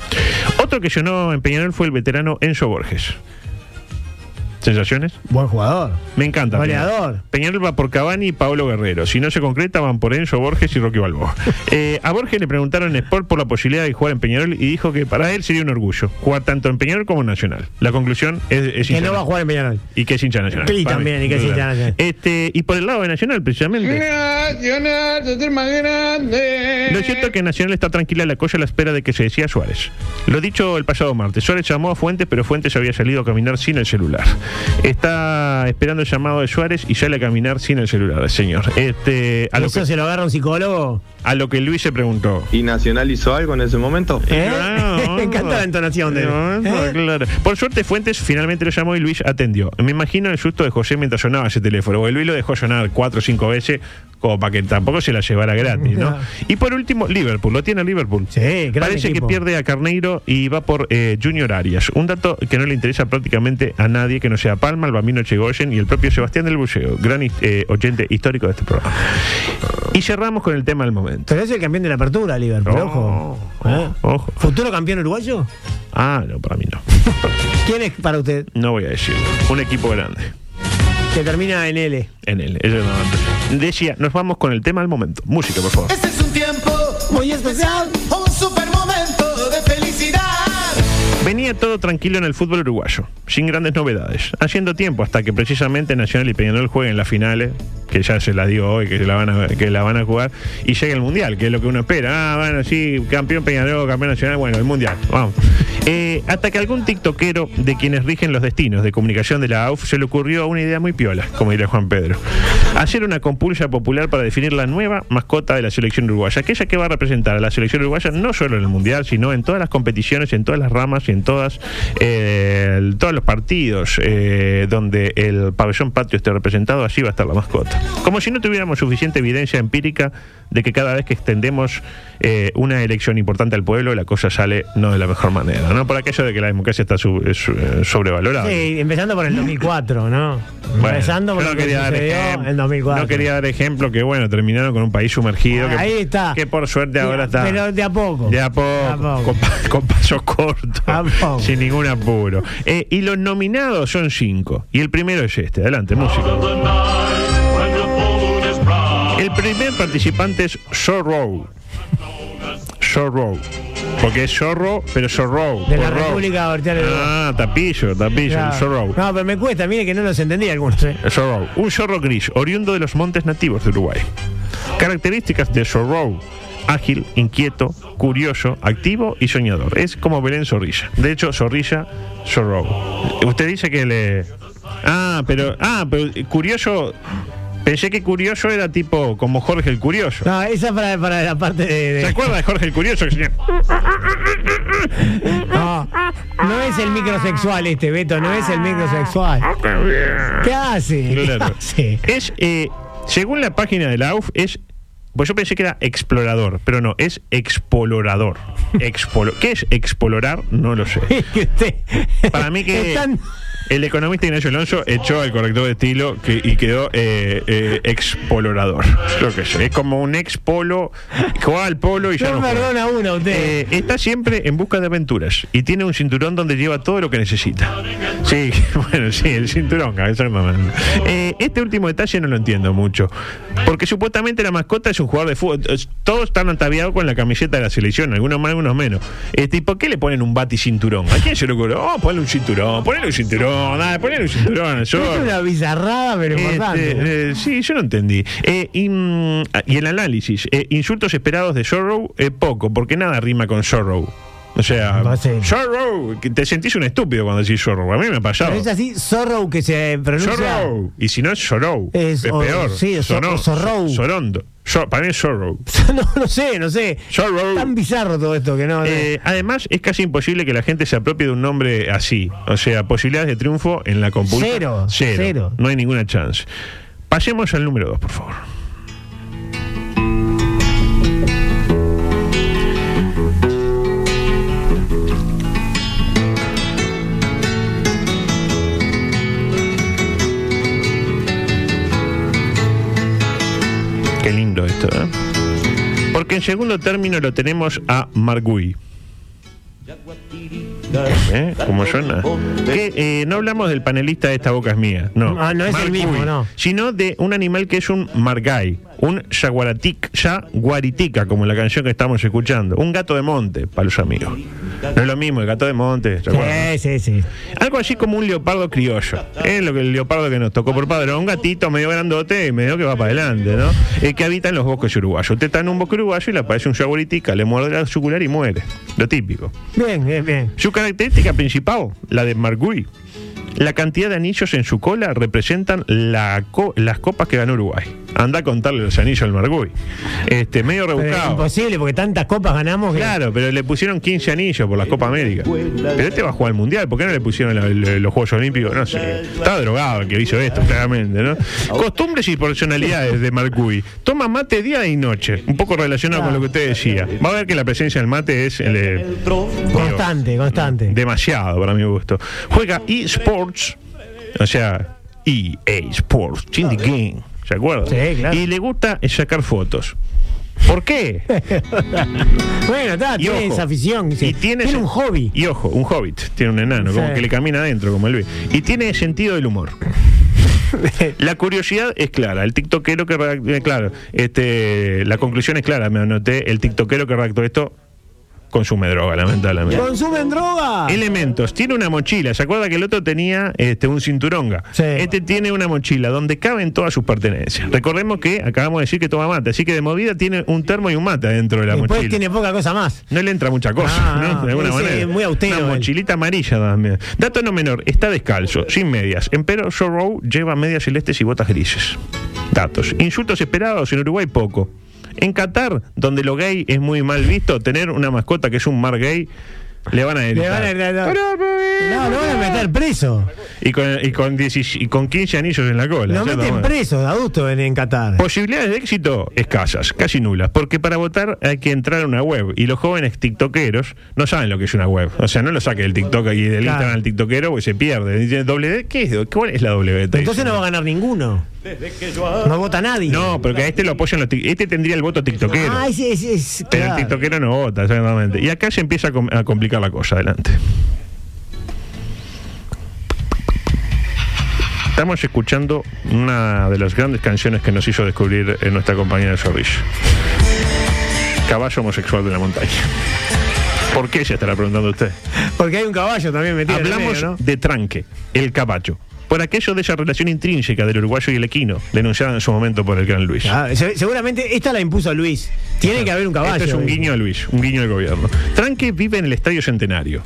Speaker 10: Otro que llenó en Peñarol fue el veterano Enzo Borges. ¿Sensaciones?
Speaker 7: Buen jugador.
Speaker 10: Me encanta.
Speaker 7: Goleador.
Speaker 10: Peñarol. Peñarol va por Cavani y Paolo Guerrero. Si no se concreta, van por Enzo Borges y Rocky Balboa. Eh, a Borges le preguntaron en Sport por la posibilidad de jugar en Peñarol y dijo que para él sería un orgullo jugar tanto en Peñarol como en Nacional. La conclusión es, es
Speaker 7: Que
Speaker 10: hincha
Speaker 7: no va a jugar en Peñarol.
Speaker 10: y que es hincha de nacional.
Speaker 7: Y
Speaker 10: Para
Speaker 7: también, y que es
Speaker 10: claro.
Speaker 7: hincha de Nacional.
Speaker 10: Este, y por el lado de Nacional, precisamente. Lo cierto es que en Nacional está tranquila la cosa a la espera de que se decía Suárez. Lo dicho el pasado martes, Suárez llamó a Fuentes, pero Fuentes había salido a caminar sin el celular. Está esperando el llamado de Suárez y sale a caminar sin el celular, el señor. Este, a, lo
Speaker 7: ¿Eso
Speaker 10: que,
Speaker 7: se lo agarra un psicólogo?
Speaker 10: a lo que Luis se preguntó.
Speaker 12: ¿Y Nacional hizo algo en ese momento?
Speaker 7: ¿Eh?
Speaker 10: Claro.
Speaker 7: Me encanta la entonación de
Speaker 10: Claro,
Speaker 7: ¿Eh?
Speaker 10: claro. Por suerte, Fuentes finalmente lo llamó y Luis atendió. Me imagino el susto de José mientras sonaba ese teléfono. porque Luis lo dejó sonar cuatro o cinco veces, como para que tampoco se la llevara gratis, ¿no?
Speaker 7: No.
Speaker 10: Y por último, Liverpool. Lo tiene Liverpool.
Speaker 7: Sí, gran
Speaker 10: Parece
Speaker 7: equipo.
Speaker 10: que pierde a Carneiro y va por eh, Junior Arias. Un dato que no le interesa prácticamente a nadie que no sea Palma, el Bambino Chegoyen y el propio Sebastián del Buceo, gran eh, oyente histórico de este programa. Y cerramos con el tema del momento.
Speaker 7: Pero es el campeón de la apertura, Liverpool.
Speaker 10: Oh,
Speaker 7: ojo. ¿Eh?
Speaker 10: ojo.
Speaker 7: ¿Futuro campeón uruguayo?
Speaker 10: Ah, no, para mí no.
Speaker 7: ¿Quién es para usted
Speaker 10: No voy a decirlo. Un equipo grande.
Speaker 7: que termina en L?
Speaker 10: En él. Eso no. Decía, nos vamos con el tema al momento. Música, por favor.
Speaker 13: Este es un tiempo muy especial, un super momento de felicidad.
Speaker 10: Venía todo tranquilo en el fútbol uruguayo, sin grandes novedades, haciendo tiempo hasta que precisamente Nacional y Peñarol jueguen las finales, que ya se las dio hoy, que, se la van a, que la van a jugar, y llega el Mundial, que es lo que uno espera. Ah, bueno, sí, campeón Peñarol, campeón nacional, bueno, el Mundial, vamos. Eh, hasta que algún tiktokero de quienes rigen los destinos de comunicación de la AUF se le ocurrió una idea muy piola, como diría Juan Pedro. Hacer una compulsa popular para definir la nueva mascota de la selección uruguaya, aquella que va a representar a la selección uruguaya no solo en el Mundial, sino en todas las competiciones, en todas las ramas y en todas eh, el- todos los partidos eh, donde el pabellón patio esté representado, así va a estar la mascota. Como si no tuviéramos suficiente evidencia empírica de que cada vez que extendemos eh, una elección importante al pueblo, la cosa sale no de la mejor manera, ¿no? Por aquello de que la democracia está su- eh, su- eh, sobrevalorada.
Speaker 7: Sí, empezando por el 2004, ¿no?
Speaker 10: Bueno,
Speaker 7: empezando por
Speaker 10: yo
Speaker 7: lo
Speaker 10: no
Speaker 7: que
Speaker 10: quería dar
Speaker 7: sucedió
Speaker 10: ejemplo-
Speaker 7: en 2004.
Speaker 10: No quería dar ejemplo que, bueno, terminaron con un país sumergido. que,
Speaker 7: Ahí está.
Speaker 10: Que por suerte ahora está.
Speaker 7: Pero de a poco.
Speaker 10: De a poco, Con, pa- con paso corto,
Speaker 7: A poco.
Speaker 10: sin ningún apuro. Eh, y los nominados son cinco. Y el primero es este. Adelante, músico. El primer participante es Sorrow. Sorrow. Porque es Zorro, pero Sorrow.
Speaker 7: De la
Speaker 10: por Row.
Speaker 7: República Oriental del Uruguay.
Speaker 10: Ah, tapillo, tapillo,
Speaker 7: Claro.
Speaker 10: el Sorrow.
Speaker 7: No, pero me cuesta, mire que no los entendí algunos. ¿eh?
Speaker 10: El zorro. Un zorro gris, oriundo de los montes nativos de Uruguay. Características de zorro. ágil, inquieto, curioso, activo y soñador. Es como Belén Zorrilla. De hecho, Zorrilla, Zorro. Usted dice que le... Ah, pero... Ah, pero eh, curioso... Pensé que curioso era tipo como Jorge el Curioso.
Speaker 7: No, esa para, para la parte de. de-
Speaker 10: ¿Se acuerda de Jorge el Curioso? que señor?
Speaker 7: No, no es el microsexual este, Beto, no es el microsexual.
Speaker 10: Ah,
Speaker 7: ¿Qué hace? ¿Qué
Speaker 10: Claro.
Speaker 7: hace?
Speaker 10: Es, eh, según la página de la AUF, es. Pues yo pensé que era explorador, pero no, es explorador. Expolo- ¿Qué es explorar? No lo sé. Para mí que.
Speaker 7: Están-
Speaker 10: El economista Ignacio Alonso echó al corrector de estilo que- y quedó eh, eh, explorador. Lo que sé. Es como un ex polo, juega al polo y ya no,
Speaker 7: No
Speaker 10: juega.
Speaker 7: perdona una usted.
Speaker 10: Eh, está siempre en busca de aventuras y tiene un cinturón donde lleva todo lo que necesita. Sí, bueno, sí, el cinturón, cabeza de mamá. Eh, este último detalle no lo entiendo mucho. Porque supuestamente la mascota es un jugador de fútbol. Es- Todos están ataviados con la camiseta de la selección, algunos más, algunos menos. Este, ¿Y por qué le ponen un bati cinturón? ¿A quién se le ocurrió? Oh, ponle un cinturón, ponle un cinturón, dale, ponle un cinturón. al
Speaker 7: Es
Speaker 10: zorro.
Speaker 7: una bizarrada, pero
Speaker 10: Este,
Speaker 7: importante.
Speaker 10: eh, sí, yo no entendí. Eh, y, mm, y el análisis, eh, insultos esperados de Sorrow, eh, poco, porque nada rima con Sorrow. O sea,
Speaker 7: Va a ser.
Speaker 10: Sorrow, que te sentís un estúpido cuando decís Sorrow. A mí me ha pasado.
Speaker 7: Pero es así, Zorro que se pronuncia.
Speaker 10: Sorrow. Y si no es Sorrow,
Speaker 7: Es-
Speaker 10: es,
Speaker 7: o-
Speaker 10: peor.
Speaker 7: sí, o so-
Speaker 10: Sonó-
Speaker 7: o Sorrow.
Speaker 10: Sorondo. So- para mí es Sorrow.
Speaker 7: No, no sé, no sé.
Speaker 10: Sorrow.
Speaker 7: Tan bizarro todo esto que no. no.
Speaker 10: Eh, además, es casi imposible que la gente se apropie de un nombre así. O sea, posibilidades de triunfo en la computadora.
Speaker 7: Cero, cero.
Speaker 10: No hay ninguna chance. Pasemos al número 2, por favor. Qué lindo esto, ¿eh? Porque en segundo término lo tenemos a Margui. ¿Eh? ¿Cómo suena? Que, eh, no hablamos del panelista de Esta Boca es Mía, no.
Speaker 7: Ah, no es el
Speaker 10: Margui,
Speaker 7: mismo, no.
Speaker 10: Sino de un animal que es un margay, un yaguaratic, yaguaritica, como la canción que estamos escuchando. Un gato de monte, para los amigos. No es lo mismo, el gato de monte. ¿se acuerdan?
Speaker 7: Sí, sí, sí.
Speaker 10: Algo así como un leopardo criollo. Es lo que el leopardo que nos tocó por padre. Un gatito medio grandote y medio que va para adelante, ¿no? Eh, que habita en los bosques uruguayos. Usted está en un bosque uruguayo y le aparece un yaguritica, le muerde la sucular y muere. Lo típico.
Speaker 7: Bien, bien, bien.
Speaker 10: Su característica principal, la de Margui. La cantidad de anillos en su cola representan la co- las copas que ganó Uruguay. Anda a contarle los anillos al Margui. Este, medio
Speaker 7: Pero es
Speaker 10: rebuscado.
Speaker 7: imposible porque tantas copas ganamos que.
Speaker 10: Claro, pero le pusieron 15 anillos por la Copa América. Pero este va a jugar al Mundial, ¿por qué no le pusieron la- la- los Juegos Olímpicos? No sé. Estaba drogado el que hizo esto, claramente, ¿no? Costumbres y personalidades de Marcuy. Toma mate día y noche, un poco relacionado con lo que usted decía. Va a ver que la presencia del mate es el, eh, digo,
Speaker 7: Constante, constante.
Speaker 10: demasiado para mi gusto. Juega eSports, o sea, EA Sports, Chindy Game, ¿se acuerdan?
Speaker 7: Sí, claro.
Speaker 10: Y le gusta sacar fotos. ¿Por qué?
Speaker 7: bueno, está,
Speaker 10: Y
Speaker 7: Ah, tiene
Speaker 10: ojo,
Speaker 7: esa afición. sí.
Speaker 10: y tiene,
Speaker 7: Tiene
Speaker 10: sen-
Speaker 7: un hobby.
Speaker 10: Y ojo, un hobbit. Tiene un enano,
Speaker 7: Sí.
Speaker 10: como que le camina adentro, como el B. Y tiene sentido del humor. La curiosidad es clara, el tiktokero que redactó, eh, claro, este, la conclusión es clara, me anoté, el tiktokero que redactó esto consume droga, lamentablemente.
Speaker 7: ¿Consumen droga?
Speaker 10: Elementos, tiene una mochila, ¿se acuerda que el otro tenía este, un cinturonga?
Speaker 7: Sí.
Speaker 10: Este tiene una mochila donde caben todas sus pertenencias. Recordemos que acabamos de decir que toma mate, así que de movida tiene un termo y un mate dentro de la
Speaker 7: Después
Speaker 10: mochila.
Speaker 7: tiene poca cosa más.
Speaker 10: No le entra mucha cosa,
Speaker 7: Ah,
Speaker 10: ¿no? De alguna
Speaker 7: ese
Speaker 10: manera.
Speaker 7: es muy austero
Speaker 10: Una
Speaker 7: él.
Speaker 10: mochilita amarilla también. Dato no menor, está descalzo, sin medias. Empero Sorrow lleva medias celestes y botas grises. Datos. Insultos esperados en Uruguay poco. En Qatar, donde lo gay es muy mal visto, tener una mascota que es un mar gay, le van a
Speaker 7: Le van a-
Speaker 10: gritar.
Speaker 7: no, no, lo van a meter preso.
Speaker 10: Y con, y, con 10 y con 15 anillos en la cola.
Speaker 7: Lo
Speaker 10: Ya
Speaker 7: meten
Speaker 10: toma.
Speaker 7: preso, adulto, en, en Qatar.
Speaker 10: Posibilidades de éxito escasas, casi nulas, porque para votar hay que entrar a una web y los jóvenes tiktokeros no saben lo que es una web. O sea, no lo saque del TikTok y del
Speaker 7: Claro.
Speaker 10: Instagram al tiktokero, pues se pierde. Dice, "W, ¿Qué es? ¿Cuál es la W? Te
Speaker 7: Entonces
Speaker 10: dicen.
Speaker 7: no va a ganar ninguno. No vota nadie.
Speaker 10: No, porque a este lo apoyan los tik- Este tendría el voto tiktokero.
Speaker 7: Ah, es, es, es-
Speaker 10: pero
Speaker 7: claro.
Speaker 10: el tiktokero no vota, exactamente. Y acá se empieza a, com- a complicar la cosa. Adelante. Estamos escuchando una de las grandes canciones que nos hizo descubrir eh, nuestra compañera de Zorrilla. Caballo homosexual de la montaña. ¿Por qué se estará preguntando usted?
Speaker 7: Porque hay un caballo también metido en el
Speaker 10: Hablamos
Speaker 7: medio, ¿no?
Speaker 10: de tranque, el caballo. por aquello de esa relación intrínseca del uruguayo y el equino, denunciada en su momento por el gran Luis.
Speaker 7: Ah, se- seguramente esta la impuso Luis. Tiene que haber un caballo.
Speaker 10: Esto Este es un
Speaker 7: eh.
Speaker 10: guiño a Luis, un guiño al gobierno. Tranque vive en el Estadio Centenario.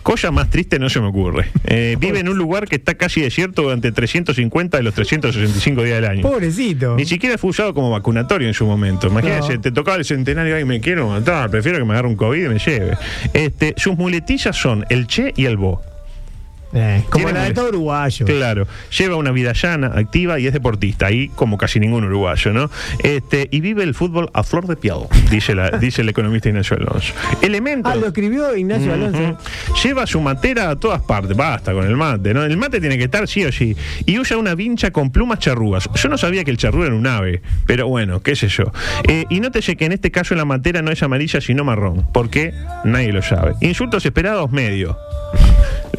Speaker 10: Cosa más triste no se me ocurre. Eh, vive en un lugar que está casi desierto durante 350 de los 365 días del año.
Speaker 7: Pobrecito.
Speaker 10: Ni siquiera fue usado como vacunatorio en su momento. Imagínense,
Speaker 7: No.
Speaker 10: te tocaba el centenario y me quiero matar, prefiero que me agarre un COVID y me lleve. Este, sus muletillas son el Che y el Bo.
Speaker 7: Eh, como
Speaker 10: Tiene
Speaker 7: la de
Speaker 10: molest-
Speaker 7: todo uruguayo.
Speaker 10: Claro, lleva una vida llana, activa y es deportista, ahí como casi ningún uruguayo, ¿no? Este, y vive el fútbol a flor de piel, dice, la- dice el economista Ignacio Alonso. Elementos.
Speaker 7: Ah, lo escribió Ignacio Alonso.
Speaker 10: Ujú. Lleva su matera a todas partes. Basta con el mate, ¿no? El mate tiene que estar sí o sí. Y usa una vincha con plumas charrúas. Yo no sabía que el charrúa era un ave, pero bueno, qué sé yo. Eh, y nótese que en este caso la matera no es amarilla, sino marrón. Porque nadie lo sabe. Insultos esperados medio.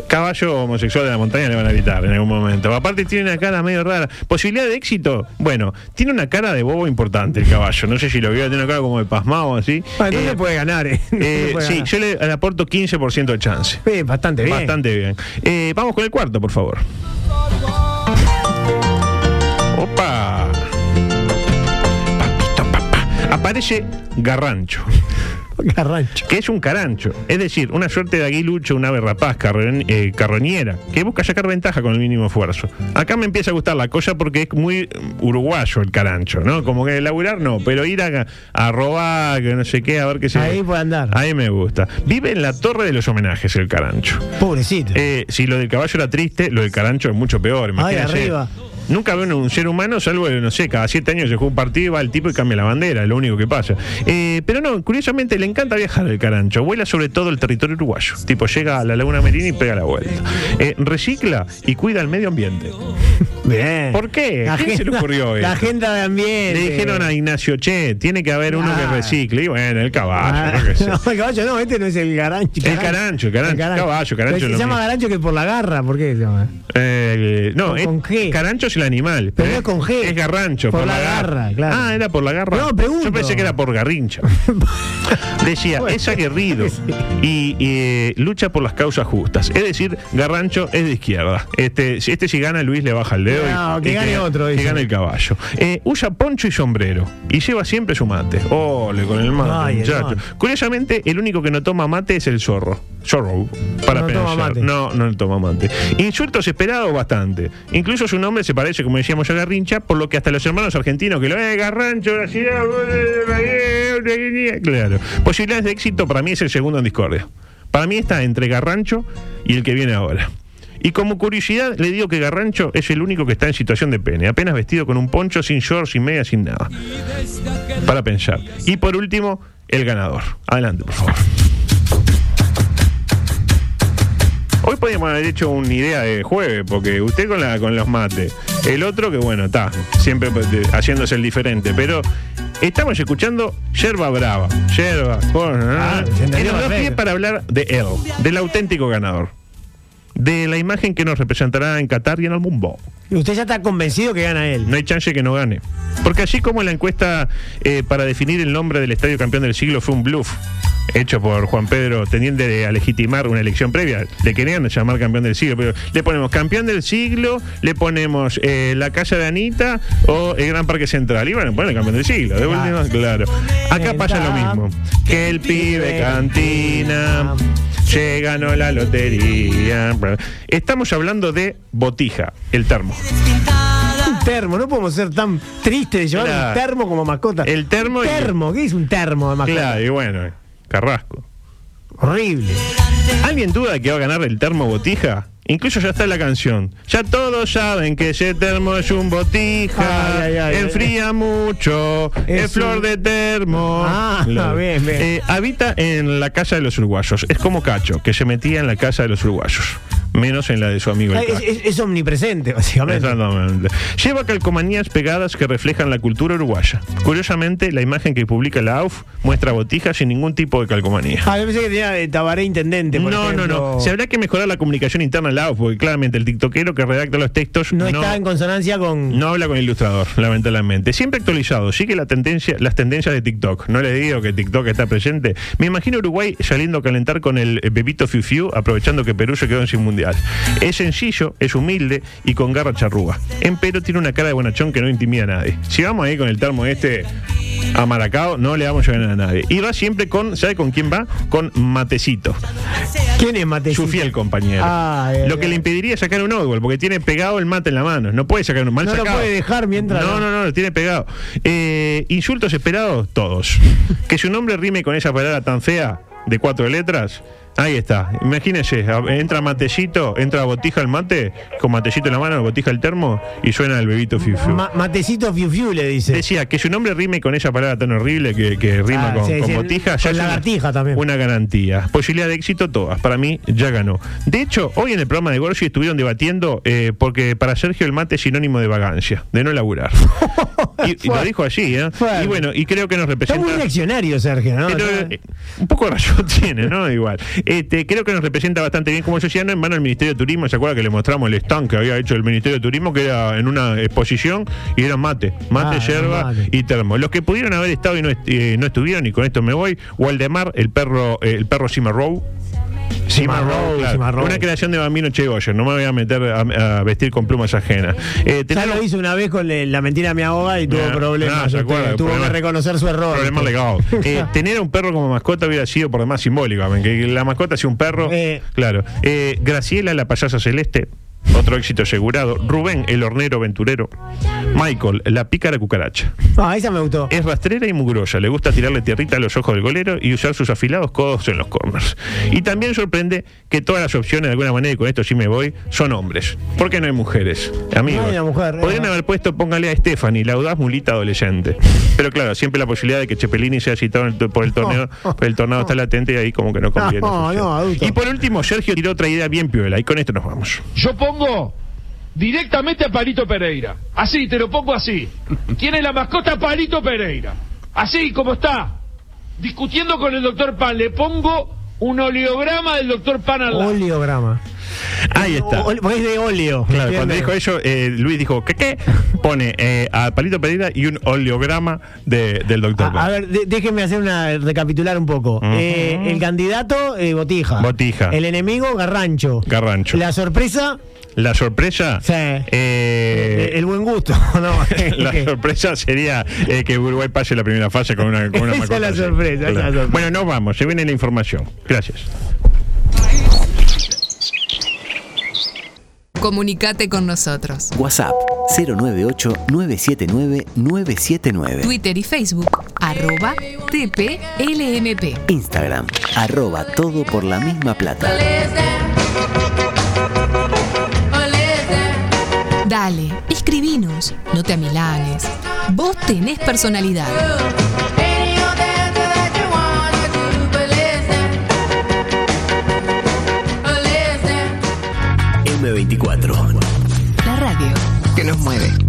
Speaker 10: Caballo homosexual de la montaña le van a evitar en algún momento. Aparte tiene una cara medio rara. ¿Posibilidad de éxito? Bueno, tiene una cara de bobo importante el caballo. No sé si lo vio, tiene una cara como de pasmado así.
Speaker 7: Ah, entonces
Speaker 10: Eh,
Speaker 7: puede ganar, eh.
Speaker 10: eh,
Speaker 7: Entonces puede
Speaker 10: sí,
Speaker 7: ganar.
Speaker 10: yo le, le aporto 15% de chance.
Speaker 7: Eh, bastante bien.
Speaker 10: Bastante bien. Eh, vamos con el cuarto, por favor. Opa. Papito, papá. Aparece Garrancho.
Speaker 7: Garrancho.
Speaker 10: Que es un carancho, es decir, una suerte de aguilucho, un ave rapaz, carron- eh, carroñera, que busca sacar ventaja con el mínimo esfuerzo. Acá me empieza a gustar la cosa porque es muy eh, uruguayo el carancho, ¿no? Como que laburar no, pero ir a, a robar, que no sé qué, a ver qué se.
Speaker 7: Ahí puede andar.
Speaker 10: Ahí me gusta. Vive en la torre de los homenajes el carancho.
Speaker 7: Pobrecito.
Speaker 10: Eh, si lo del caballo era triste, lo del carancho es mucho peor. imagínense.
Speaker 7: arriba.
Speaker 10: Nunca veo un ser humano, salvo, no sé, cada siete años se juega un partido y va el tipo y cambia la bandera, es lo único que pasa. Eh, pero no, curiosamente le encanta viajar el carancho. Vuela sobre todo el territorio uruguayo. Tipo, llega a la Laguna Merina y pega la vuelta. Eh, recicla y cuida el medio ambiente.
Speaker 7: Bien.
Speaker 10: ¿Por qué?
Speaker 7: La
Speaker 10: ¿A quién se le
Speaker 7: agenda-
Speaker 10: ocurrió
Speaker 7: La
Speaker 10: esto?
Speaker 7: agenda de ambiente.
Speaker 10: Le dijeron a Ignacio, che, tiene que haber uno que
Speaker 7: Ah.
Speaker 10: recicle. Y bueno, el caballo,
Speaker 7: Ah,
Speaker 10: yo qué sé.
Speaker 7: no, el caballo no, este no es el garancho.
Speaker 10: El carancho, el carancho, caballo, carancho
Speaker 7: Pero
Speaker 10: es
Speaker 7: Se
Speaker 10: lo
Speaker 7: llama
Speaker 10: mismo.
Speaker 7: garancho que por la garra, ¿por qué se llama?
Speaker 10: Eh, no,
Speaker 7: Con-
Speaker 10: es-
Speaker 7: con G.
Speaker 10: Carancho es el animal.
Speaker 7: Pero
Speaker 10: ¿eh?
Speaker 7: no es con G.
Speaker 10: Es garrancho.
Speaker 7: Por la garra, claro.
Speaker 10: Ah, era por la garra.
Speaker 7: No, pregunto.
Speaker 10: Yo pensé que era por garrincha. Decía, es aguerrido y, y, eh, lucha por las causas justas. Es decir, Garrancho es de izquierda. Este, si- este si gana Luis le baja el dedo. y-
Speaker 7: No, que
Speaker 10: y
Speaker 7: gane otro,
Speaker 10: Que
Speaker 7: dice.
Speaker 10: gane el caballo. Eh, usa poncho y sombrero. Y lleva siempre su mate. Ole, con el mate,
Speaker 7: Ay, el
Speaker 10: muchacho.
Speaker 7: mate.
Speaker 10: Curiosamente, el único que no toma mate es el zorro. Zorro. Para
Speaker 7: No toma
Speaker 10: pensar.
Speaker 7: mate.
Speaker 10: No, no toma mate. Insultos esperados bastante. Incluso su nombre se parece, como decíamos yo, a Garrincha, por lo que hasta los hermanos argentinos que lo eh, Garrancho, brasileño, eh, claro. Posibilidades de éxito para mí es el segundo en discordia. Para mí está entre Garrancho y el que viene ahora. Y como curiosidad, le digo que Garrancho es el único que está en situación de pene, apenas vestido con un poncho, sin shorts, sin media, sin nada. Para pensar. Y por último, el ganador. Adelante, por favor. Hoy podríamos haber hecho una idea de jueves, porque usted con, la, con los mates, el otro que bueno, está, siempre pues, de- haciéndose el diferente, pero estamos escuchando Yerba Brava, Yerba, con- ¿eh?
Speaker 7: Ah, se entendió
Speaker 10: y nos da
Speaker 7: perfecto.
Speaker 10: pie para hablar de él, del auténtico ganador, de la imagen que nos representará en Qatar y en el mundo.
Speaker 7: Y Usted ya está convencido que gana él.
Speaker 10: No hay chance que no gane. Porque así como la encuesta eh, para definir el nombre del estadio campeón del siglo fue un bluff hecho por Juan Pedro, tendiente de- a legitimar una elección previa. Le querían llamar campeón del siglo, pero le ponemos campeón del siglo, le ponemos eh, la casa de Anita o el Gran Parque Central. Y bueno, ponen campeón del siglo, de
Speaker 7: Claro.
Speaker 10: última, claro. Acá pasa lo mismo. Que el pibe cantina. Se ganó la lotería. Estamos hablando de botija, el termo.
Speaker 7: Un termo, no podemos ser tan tristes de llevar
Speaker 10: Claro.
Speaker 7: un termo como mascota.
Speaker 10: El termo y-
Speaker 7: Termo, ¿qué es un termo de mascota?
Speaker 10: Claro, y bueno, Carrasco.
Speaker 7: Horrible.
Speaker 10: ¿Alguien duda que va a ganar el termo botija? Incluso ya está la canción. Ya todos saben que ese termo es un botija.
Speaker 7: Ay, ay, ay,
Speaker 10: enfría mucho. Es,
Speaker 7: Es
Speaker 10: flor
Speaker 7: un-
Speaker 10: de termo.
Speaker 7: Ah, bien, bien.
Speaker 10: Eh, habita en la casa de los uruguayos. Es como Cacho, que se metía en la casa de los uruguayos. Menos en la de su amigo el
Speaker 7: Ah, Es,
Speaker 10: Cacho.
Speaker 7: es- es omnipresente, básicamente.
Speaker 10: Exactamente. Lleva calcomanías pegadas que reflejan la cultura uruguaya. Curiosamente, la imagen que publica la AUF muestra botijas sin ningún tipo de calcomanía.
Speaker 7: Ah, yo pensé que tenía eh, Tabaré intendente. por
Speaker 10: No, no,
Speaker 7: ejemplo.
Speaker 10: no. Se habrá que mejorar la comunicación interna al lado, porque claramente el tiktokero que redacta los textos
Speaker 7: No, está en consonancia con.
Speaker 10: no habla con el ilustrador, lamentablemente. Siempre actualizado, sigue la tendencia, las tendencias de TikTok. No le digo que TikTok está presente. Me imagino Uruguay saliendo a calentar con el eh, Pepito Fiu Fiu, aprovechando que Perú se quedó sin mundial. seguridad. Es sencillo, es humilde y con garra charrúa. Empero tiene una cara de bonachón que no intimida a nadie. Si vamos ahí con el termo este a Maracao, no le vamos a ganar a nadie. Y va siempre con, ¿sabe con quién va? Con Matecito.
Speaker 7: ¿Quién es Matecito?
Speaker 10: Su fiel compañero.
Speaker 7: Ah, eh,
Speaker 10: Lo que le impediría es sacar un outball, porque tiene pegado el mate en la mano. No puede sacar un mal
Speaker 7: No lo
Speaker 10: sacado.
Speaker 7: puede dejar mientras-
Speaker 10: No, no, no, lo tiene pegado. Eh, insultos esperados, todos. que su nombre rime con esa palabra tan fea de cuatro letras. Ahí está. Imagínense, entra matecito, entra botija al mate, con matecito en la mano, botija al termo, y suena el bebito fiu fiu.
Speaker 7: Ma- matecito Fiu Fiu le dice.
Speaker 10: Decía que su nombre rime con esa palabra tan horrible que, que rima
Speaker 7: Ah,
Speaker 10: con,
Speaker 7: sí,
Speaker 10: con
Speaker 7: sí,
Speaker 10: botija.
Speaker 7: con
Speaker 10: es una-
Speaker 7: lagartija también.
Speaker 10: Una garantía. Posibilidad de éxito todas. Para mí ya ganó. De hecho, hoy en el programa de Gorsi estuvieron debatiendo eh, porque para Sergio el mate es sinónimo de vagancia, de no laburar. y, y lo dijo allí, ¿eh?
Speaker 7: Fuerte.
Speaker 10: Y bueno, y creo que nos
Speaker 7: Está
Speaker 10: representa...
Speaker 7: muy leccionario, Sergio, ¿no?
Speaker 10: Pero,
Speaker 7: Está-
Speaker 10: eh, un poco de razón tiene, ¿no? Igual. Este, creo que nos representa bastante bien como sociedad, no en mano el Ministerio de Turismo. ¿Se acuerda que le mostramos el stand que había hecho el Ministerio de Turismo, que era en una exposición y era mate? Mate,
Speaker 7: Ah,
Speaker 10: yerba
Speaker 7: mate.
Speaker 10: y termo. Los que pudieron haber estado y no, est- eh, no estuvieron, y con esto me voy, Waldemar, el perro, eh, el perro Cimarrow.
Speaker 7: Cimarrow,
Speaker 10: claro.
Speaker 7: Cimarrow.
Speaker 10: Una creación de Bambino Chegoyen. No me voy a meter a, a vestir con plumas ajenas. Eh,
Speaker 7: Ya
Speaker 10: tenemos-
Speaker 7: lo hizo una vez con le- la mentira me ahoga y tuvo
Speaker 10: Nah, nah,
Speaker 7: problemas.
Speaker 10: se
Speaker 7: este,
Speaker 10: acuerda,
Speaker 7: tuvo
Speaker 10: problema-
Speaker 7: que reconocer su error.
Speaker 10: Problema
Speaker 7: este.
Speaker 10: legado. Eh, tener un perro como mascota hubiera sido por demás simbólico. amén, Que la mascota sea un perro.
Speaker 7: Eh.
Speaker 10: Claro. Eh, Graciela, la payasa celeste. Otro éxito asegurado. Rubén, el hornero aventurero. Michael, la pícara cucaracha.
Speaker 7: Ah, esa me gustó.
Speaker 10: Es rastrera y mugrosa. Le gusta tirarle tierrita a los ojos del golero y usar sus afilados codos en los corners. Y también sorprende que todas las opciones, de alguna manera, y con esto sí me voy, son hombres. ¿Por qué no hay mujeres? Amigos.
Speaker 7: No hay una mujer, eh. es
Speaker 10: Podrían
Speaker 7: verdad.
Speaker 10: haber puesto, póngale a Stephanie, la audaz mulita adolescente. Pero claro, siempre la posibilidad de que Chepelini sea citado en el to- por el torneo, pero el tornado está latente y ahí como que no conviene.
Speaker 7: No, no, adulto.
Speaker 10: y por último, Sergio tiró otra idea bien piola y con esto nos vamos.
Speaker 14: Yo pongo directamente a Palito Pereira. Así, te lo pongo así. Tiene la mascota Palito Pereira. Así como está. Discutiendo con el doctor Pan, le pongo un oleograma del doctor Pan al lado.
Speaker 7: Oleograma.
Speaker 10: Ahí está.
Speaker 7: Ol- Porque es de óleo.
Speaker 10: Claro, cuando
Speaker 7: ¿entiendes?
Speaker 10: dijo eso, eh, Luis dijo, ¿qué qué? Pone eh, a Palito Pereira y un oleograma de- del doctor.
Speaker 7: A, a ver, de- déjenme hacer una recapitular un poco. Eh, el candidato, eh, Botija.
Speaker 10: Botija.
Speaker 7: El enemigo, Garrancho.
Speaker 10: Garrancho. La,
Speaker 7: La sorpresa,
Speaker 10: sorpresa...
Speaker 7: sí,
Speaker 10: eh,
Speaker 7: el, el buen gusto. No,
Speaker 10: la sorpresa sería eh, que Uruguay pase la primera fase con una, con una
Speaker 7: Esa es
Speaker 10: mascota
Speaker 7: la
Speaker 10: así.
Speaker 7: sorpresa, esa es la sorpresa.
Speaker 10: Bueno, nos vamos, se viene la información. Gracias.
Speaker 15: Comunicate con nosotros.
Speaker 2: WhatsApp 098-979-979.
Speaker 15: Twitter y Facebook, arroba TPLMP.
Speaker 2: Instagram, arroba todo por la misma plata.
Speaker 15: Dale, escribinos, no te amilanes. Vos tenés personalidad.
Speaker 2: M24.
Speaker 15: La radio.
Speaker 2: Que nos mueve.